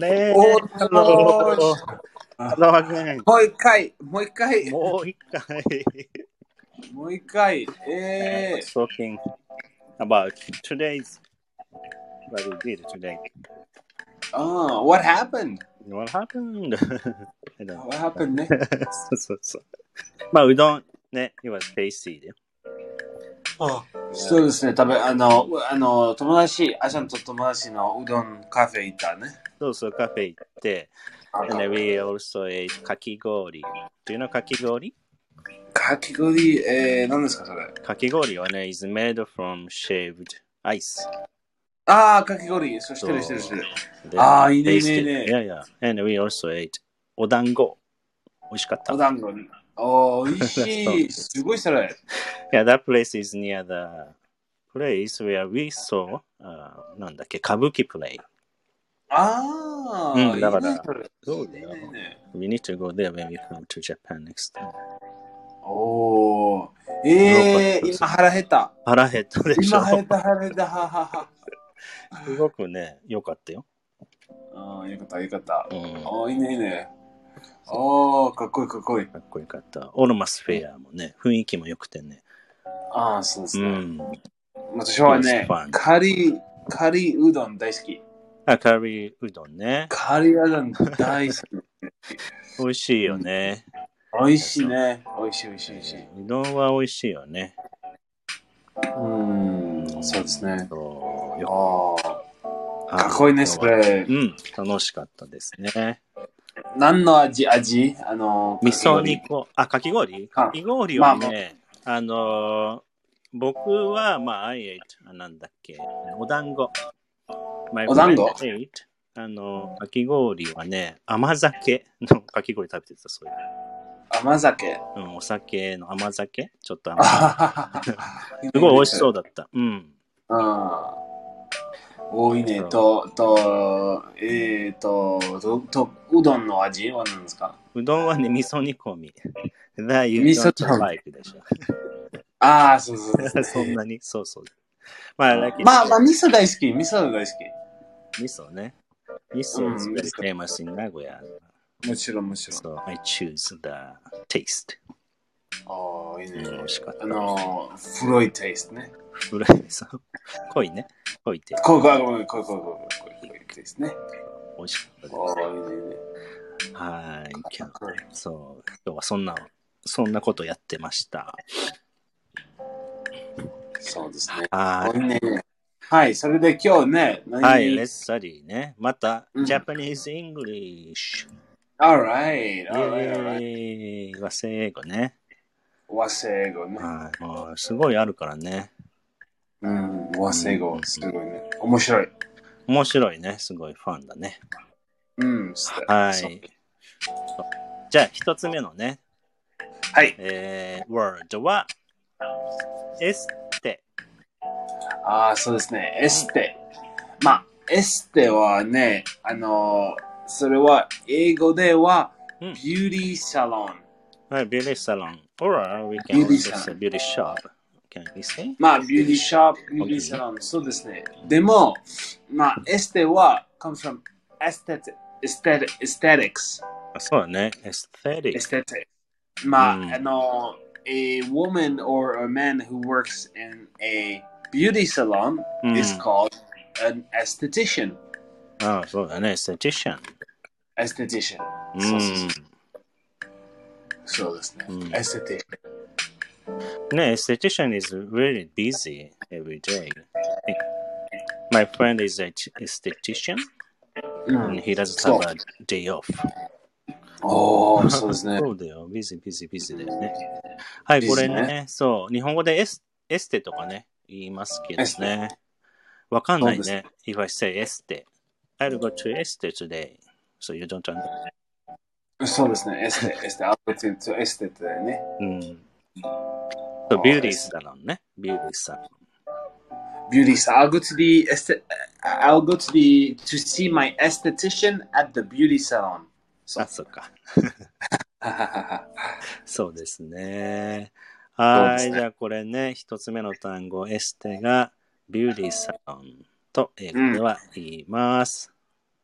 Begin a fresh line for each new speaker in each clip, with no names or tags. れ
お
あ
ー
の荒川君、
もう一回、もう一回、も
もう一回、
う一回。え
talking about today's what we did today.
ー、ああ、what happened?
What happened? I don't know.
What happened ね。
そうそうそう。まあ、うどんね、今、スペイシーで。
そうですね、食べ、あの、あの、友達、アシャンと友達のうどんカフェ行ったね。
そうそう、カフェ行って、and then we also ate かき氷。Do you know かき氷
かき氷、えー、何ですかそれ
かき氷はね、is made from shaved ice.
ああ、かき氷、そうしてるして
そう
るしてる。ああいいねいいねいいね
いやいや。And we also ate お団子。美味しかった。
お団子に。おー、美味しい。すごいそれ。
Yeah, that place is near the place where we saw, uh, なんだっけ、歌舞伎 play.
ああ、
うんだから
いいねそれ
そうだよ
いいねいいね
We need to go there when we come to Japan next time.
おー、えー、今腹減った。
腹減ったでし
今
ょ
腹減った、腹減った、ははは
すごくね、良かったよ。
は。うん、よかった、よかった
う。ん、か
おー、いいね、いいね。おー、かっこいい、かっこいい。
っこよかった。オルマスフェアもね、雰囲気も良くてね。
ああ、そうです
う
ね。
ん。
私はね
It's fun.、
カリー、カリーうどん大好き。
あ、カリーうどんね。
カリーうどん大好き。
美味しいよね。
美味しいね。美味しい、美味しい、美味しい。
うどんは美味しいよね。
うん、そうですね。
そうよ
あ
あ
あ。かっこいいね、それ
う。ん、楽しかったですね。
何の味味あの、
味噌煮こ、あ、かき氷
あ
かき氷はね、あのー、僕は、まあ、I ate、あなんだっけ、お団子。My
お団子
friend ate あのー、かき氷はね、甘酒 のかき氷食べてた、そういう。
甘酒。
うん、お酒の甘酒ちょっと甘い。
す。
すごい美味しそううだった。うん。
あ多いね。と、と、えっと、と、と、うどんの味は何ですか
うどんはね、味噌煮込み。だ、you
味噌
don't like でしょ。
ああ、そうそう そ
そん
う。
なに、そうそう。まあ、like
まあ、まあ、味噌大好き。味噌大好
味噌ね。味噌 is
うん
very
味噌
famous in Nagoya.
き。もちろん、もちろん。
So I choose the taste.
ああ、いい
うん
ね
美。味しかった。
あの、黒いテイストね。
フライそう濃いね。濃いって
こう、こう、こう、こう、こう、こう、こう、いテイストね。
美味しかったで
ああ、いいね、いいね。
す。はい。今日そう。今日はそんな、そんなことやってました。
そうですね。
は
多いね。はい、それで今日ね、
い。
何
はい。Let's study ね。また、
うん
Japanese English。
Alright,
イ
alright, alright.
ェーイ。和製英語ね。
和製英語ね。
はい。もうすごいあるからね。
うん、和製英語、すごいね。面白い。
面白いね。すごいファンだね。
うん、
は
そう
い。じゃあ、一つ目のね、
はい。
えー、ワードは、エステ。
ああ、そうですね。エステ。まあ、エステはね、あのー、それは英語では、
うん
ビューティーサロン。
はい、ビューティーサロン。or we can
Beauty
also say
salon
beauty shop. Can we say?
まあ、ビューティーショップ、ビューティーサロン、そうですね。でも、まあ、エステは、comes from aesthetic, aesthetic, aesthetics.
あそうだね。エステティック。
aesthetic. まあ、
うん
あの、a woman or a man who works in a beauty salon
うん
is called an esthetician.
あそうだね。エステティシャン。
esthetician.
う。
そうそうそうんそうですね。
うん
esthetician.
ね、エステティシャン is really busy every day. My friend is a esthetician
う
and
ん。
he doesn't have a day off.
おー、そうですね。
そうだよ。ビジビジビジだよね。はい、
ビ
こ
ジ
れ
ね
ね、そう、日本語でエスエステとかね、言いますけど
エス
ね。わかんない
そう
ね。If I say エステ。I'll go to エステ today. So you don't understand.
そうですね。エステ、エステ、アウトティエステってね。
うん。そう、ビューティーサロンね。ビューティーサロン。
beauty so i'll go to the est- i'll go to the to see my esthetician at the beauty salon そ
あ、
う
そっか。
は
そうですね。は
そうです
い、
ね
じゃあこれね、一つ目の単語、エステがビューティーサロンと英語では言います。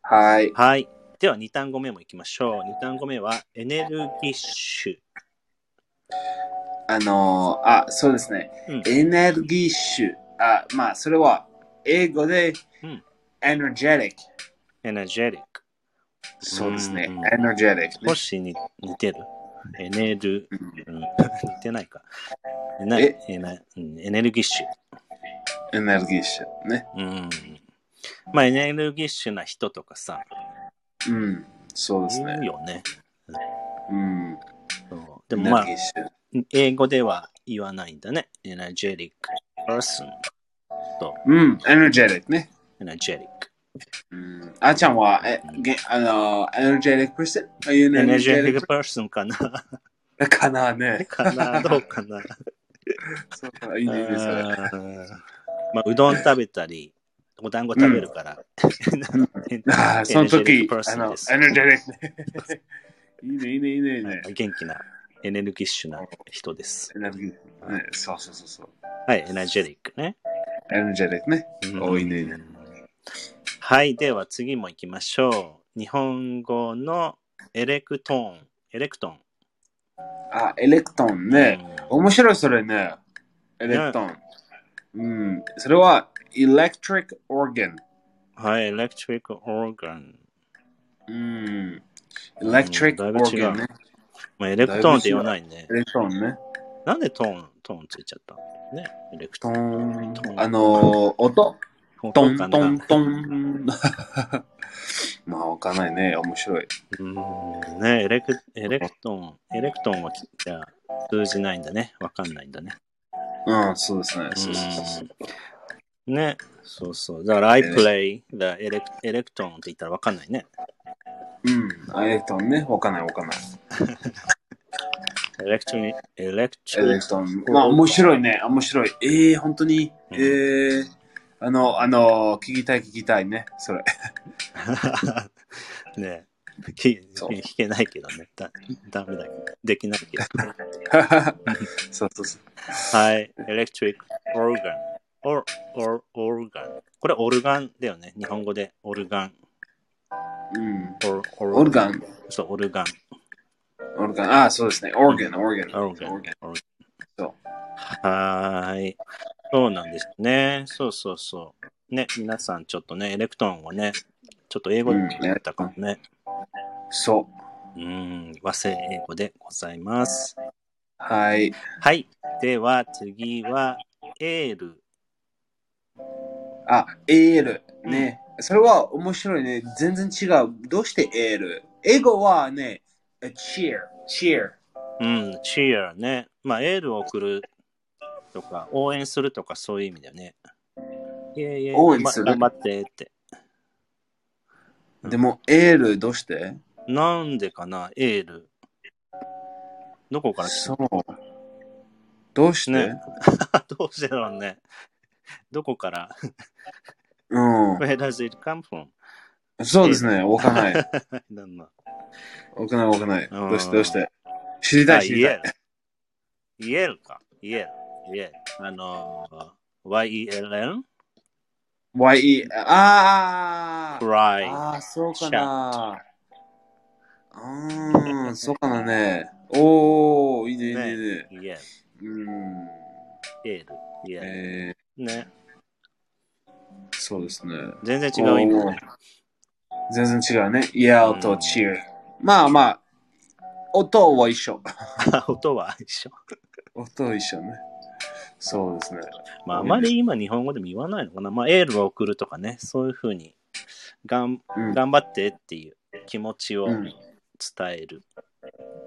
はい。
はい。では、2単語目もいきましょう。2単語目は、エネルギッシ
あのーあ、そうですね。
ュ。うん。
エネルギッシュ。あ、まあ、それは、英語で
うん、
エネルギック。
エナジェリック。
そうですね。エ
うん
ネルギッ
少
ク、ね。
しに似てる。エネル、うん、似てないか。えな
え
えなうんエネルギッシュ。
エネルギッシュ。ね。
うん。まあ、エネルギッシュな人とかさ、
うん。そうです
いる
ね。
よね。
うん。
そう
エ
でも
ネ
ま
ル
あ
ギッ、シュ。
英語では言わないんだね。エナジェリック。person。
うん。エネルギックね。
エナジェリック。
うん。あーちゃんは、え、げあのーエネルギックプレゼンエネ
エ
ル
ナ
ギ
ジェリ
ッ
ック person かな
クかなね。
かなどうかな
そうかいいね、いいね、それ。
あーまあ、うどん食べたり、お団子食べるから。
ああ、その
energetic、
時
person
あの
です、
エネルギックね。いいね、いいね、いいね、いいね。
元気な、エネルギッシュな人です。
エネルギック。ね、そうそうそうそう。
はい、エナジェリックね。
エネルギックね。
うん
多いねいいね
はい、では次も行きましょう。日本語のエレクトーン。エレクトーン。
あ、エレクトンね。
うん
面白い、それね。エレクトン。うん。それは、エレクトリックオーガン。
はい、エレクトリックオーガン。
うん。エレクトリックオーガンね。
まあ、エレクトーンって言わないね
エ。レクトンね。
なんでトーン、トーンついちゃったね。エレク
ト
トーン。
ン。あのー、音。トントントン。 まあ、わかんないね。面白い。
うんねエレク、エレクトーン、エレクトーンはじゃあ通じないんだね。わかんないんだね。
うん、そうですね。そうそうそうそう。
ね、そうそう。だから、I
ね
play the elect- エレクトーンって言ったらわかんないね。
うん、エレクトンね、わかんないわかんない。
エレクトリ、エレクト
エレ
リ
ク、トン。まあ面白いね、面白い。ええー、本当に。
うん
えー、あの、あの、聞きたい聞きたいね、そ れ。
ねき
そう
弾けないけどね。だダメだけど。できないけど。
そうそうそう。
はい。エレクトリック、オルガン。オル、オル、オルガン。これ、オルガンだよね。日本語で、オルガン。
うん。
オル、オル
オルガン、
そう、オルガン。
オルガン、あ、そうですね、オーガン、オーガン。
オルガン。
オーガン
オル
そ
はーい。そうなんですね。そうそうそう。ね、皆さんちょっとね、エレクトーンはね、ちょっと英語で言ったかもね。
そう。
うん、和製英語でございます。
はい。
はい。では次は、エール。
あ、エール。ね。それは面白いね。全然違う。どうしてエール英語はね、a cheer, cheer.
うん、チェアね。まあ、エールを送るとか、応援するとかそういう意味だよね。いえいえ、
応援する
頑張ってって。
でも、エールどうして
なんでかな、エール。どこから来た
そう。どうして、
ね どうしてだろうね。どこから
うん。
Where does it come from?
そうですね。わかんない。
I don't know.
わかんないわかんない。
うん
どうしてどうして知りたい知りた
あイ
い。
エル。イエルか。イエル。イエル。あのー、YELL?
YE。あー
Cry.
あー、そうかな。うーん、そうかなね。おー、いいね、いいね。いいね
イエ
うん。
ル。イエル。イエル。
え
ね。
ー、そうですね。
全然違う意味だね。
全然違うね。Yell
うん
と Cheer。まあまあ、音は一緒。
音は一緒。
音は一緒ね。そうですね。
まあ、あまり今日本語でも言わないのかな。まあ、エールを送るとかね。そういうふうに、がん
うん。
頑張ってっていう気持ちを
うん
伝える。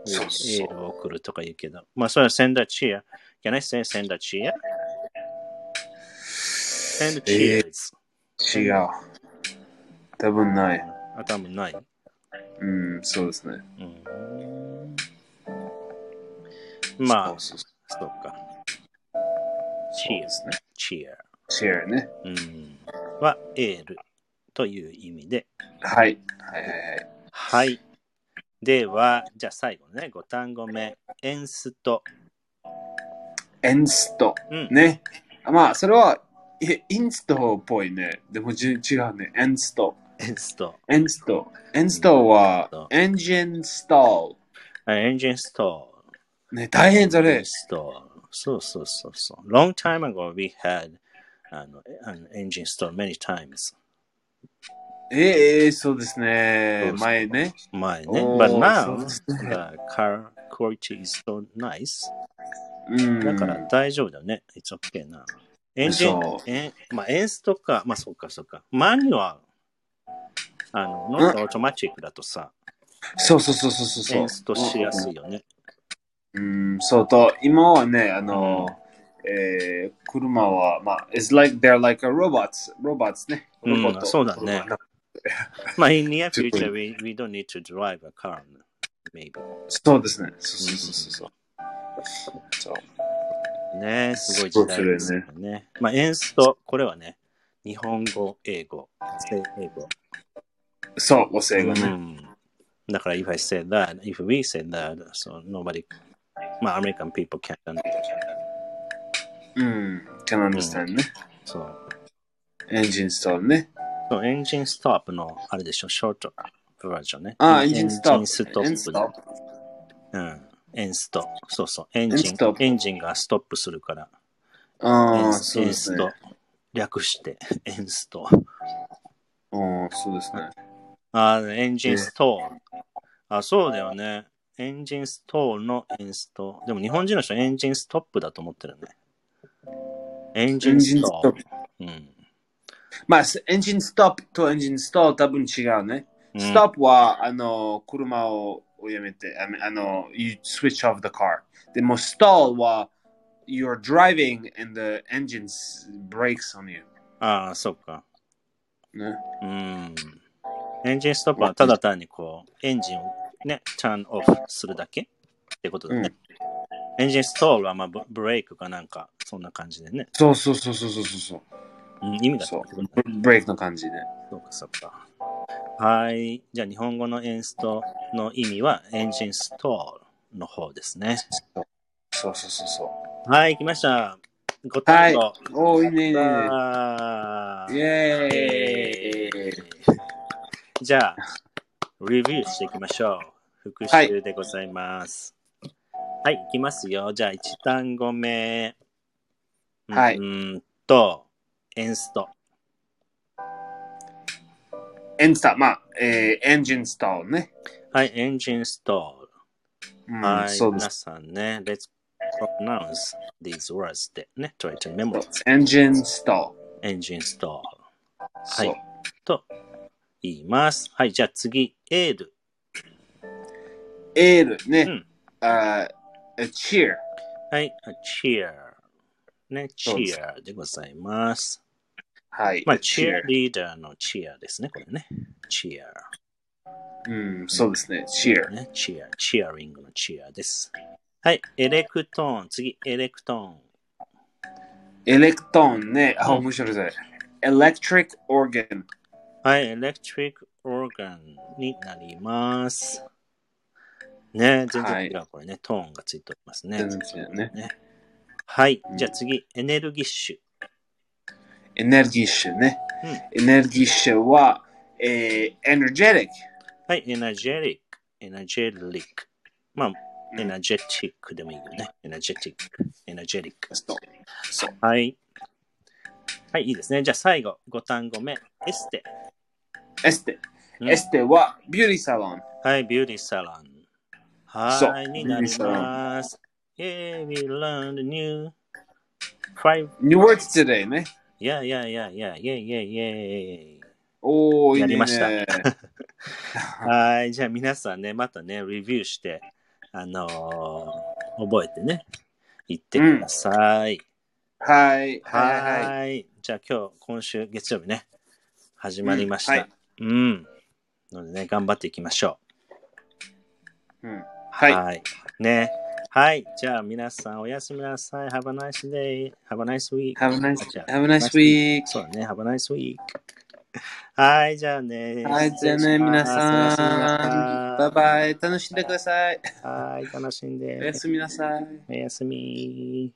そうそう
エールを送るとか言うけど。まあ、それは send a cheer. Can I say send a cheer? Send
え
cheers.
ー違う。多分ない。
あ、多分ない。
うん、そうですね。
うん、まあ、
そうそうそ
そうか。
うですね。
cheer.
シェアね。
うん、は、エールという意味で。
はい。はいはいはい。
はい。では、じゃあ最後ね、5単語目。エンスト。
エンスト。
うん。
ね。まあ、それは、いインストっぽいね。でもじゅ違うね。エンスト。
エンスト。
エンスト。エンストは
そう
エンジンスト
あエンジンストア。
ール。ね、大変それ。
store. そうそうそうそう。Long time ago, we had an, an engine store many times.
ええそうですね。
そうそう
前ね。
前ね。
お
But
ー
now,
そう
the
です
car quality is so nice.
うん。
だから大丈夫だよね。It's okay な。エンジン
そ、う
えまあ、エンスとか、まあそうかそうか。マニュアル、あの、ノットオートマチックだとさ、
そうそうそうそうそう。
エンストしやすい。よね。
うん、そうと、今はね、あの、えー、車は、まあ、it's like they're like a robots, robots ね。
うん
ロボット
そうだね
車
まあ、in near
ちょっと
future, we, we don't need to drive a car, maybe.
そうですね。そうそうそうそう。そう
ねすごい時代ですよね。まあ、エンスト、これはね、日本語、英語、西英語。
そう、お世話
う
ね。
ん、だから、if I said that, if we said that, so nobody, まあ、American people can't understand.
うん。can understand ね。
そう。
エンジンストールね。
そうエンジンストップの、あれでしょ、ショートバージョンね。
あ、エンジンスト
エンジン
ー
スト
ル。エン
ッ
ス
プ
ト
ね
ール。
うん。エンスト。そうそう。エン
エン
ジン
スト、
エンジンがストップするから、エ
あ
ン
あ、
ス
そ
エ
う
ン
です
ス
ね。
ト。略して、エンスト。
うん、そうですね。
あー、エンジンストール。あ、そうだよね。エンジンストールのエンスト。でも日本人の人エンジンストップだと思ってるね。エンジンストール。うん。
まあ、エンジンストップとエンジンストール多分違うね。ストップは、あの、車をやめて、あのあの、you switch off the car。でも、ストールは、you're driving and the engine breaks on you。
ああ、そっか。
ね。
うん。エンジンストップはただ単にこう、エンジンをね、ターンオフするだけってことだね。エンジンストールはまあブブレークかなんか、そんな感じでね。
そうそうそうそうそうそう。
うん、意味が
そ
そうう。
ブレイクの感じで。
そうか、そうか。はい。じゃあ、日本語のエンストの意味は、エンジンストールの方ですね。
そうそうそうそ
はい、来ました。ご単語。
う。おー、いいね、いいね。
は
イ
イ
エ
ェ
ー
ー
イ。
イじゃあ、レビューしていきましょう。復習でございます。はい、いきますよ。じゃあ、1単語目。
はいう
ーんと、エンスト。
エンスター、まあ、えーエンジンストールね。
はい、エンジンストール。
うん
はい、
そうです
皆。さんね、Let's pronounce these words でね、try to memorize
エンジンスト
エンジンストール
ール。
はい
そう。
と言います。はい、じゃあ次、エール。
エール
う
ね
ん。
あー、チェア。
はい、cheer。ね、
そうです
cheer でございます。
はい。
まあ、cheer リーダーの cheer ですね、これね。cheer。
うん、そうですね。チェア。
ね、cheer。cheering の cheer です。はい、エレクトーン。次、エレクトーン。
エレクトーンね。あ、
うん
面白いそれ。エレクトリックオーガン。
はい、electric organ になります。ね、全然違う、これね、トーンがついておりますね
全。然違うね。
はい
うん、
じゃあ次、エネルギッシ
エネルギッシュね。エネルギッシュは、えー、エネルジェリック。
ュ。はい、エナジェリック、エナジェリック。まあ、
うん
エナジェティックでもいいよね。エナジェティック、エナジェリック。
そう。そう。
はい。はい、いいですね。じゃあ最後、5単語目、エステ。
エステ。
うん
エステは、ビューティーサロン。
はい、ビューティーサロン。
そう
はい、になります。Yeah, we learned new five
ニューワーツ today ね。
いやいやいやいやいやいやいやいや
おー、いいね。
やりました はい、じゃあ皆さんね、またね、レビューして、あのー覚えてね、行ってください。
は
はい
い。はい。
じゃあ今日、今週月曜日ね、始まりました。
う
うんん。
はい
のでね、頑張っていきましょ
うん
う。
はい。
ね。はい、じゃあ皆さんおやすみなさい。Have a nice day. Have a nice week.
Have a nice,
じゃあ
have a nice week.
そうだね、Have a nice week. はい、じゃあね。
はい、じゃあ
失礼
ね、
します
皆
おやすみなさ
さん。
い
バイバイ。楽しんでください。
はい、楽しん
お
で
や。すみなさい。
おやすみ。